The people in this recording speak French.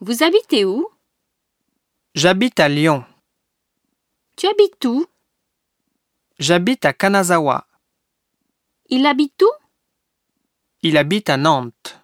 Vous habitez où J'habite à Lyon. Tu habites où J'habite à Kanazawa. Il habite où Il habite à Nantes.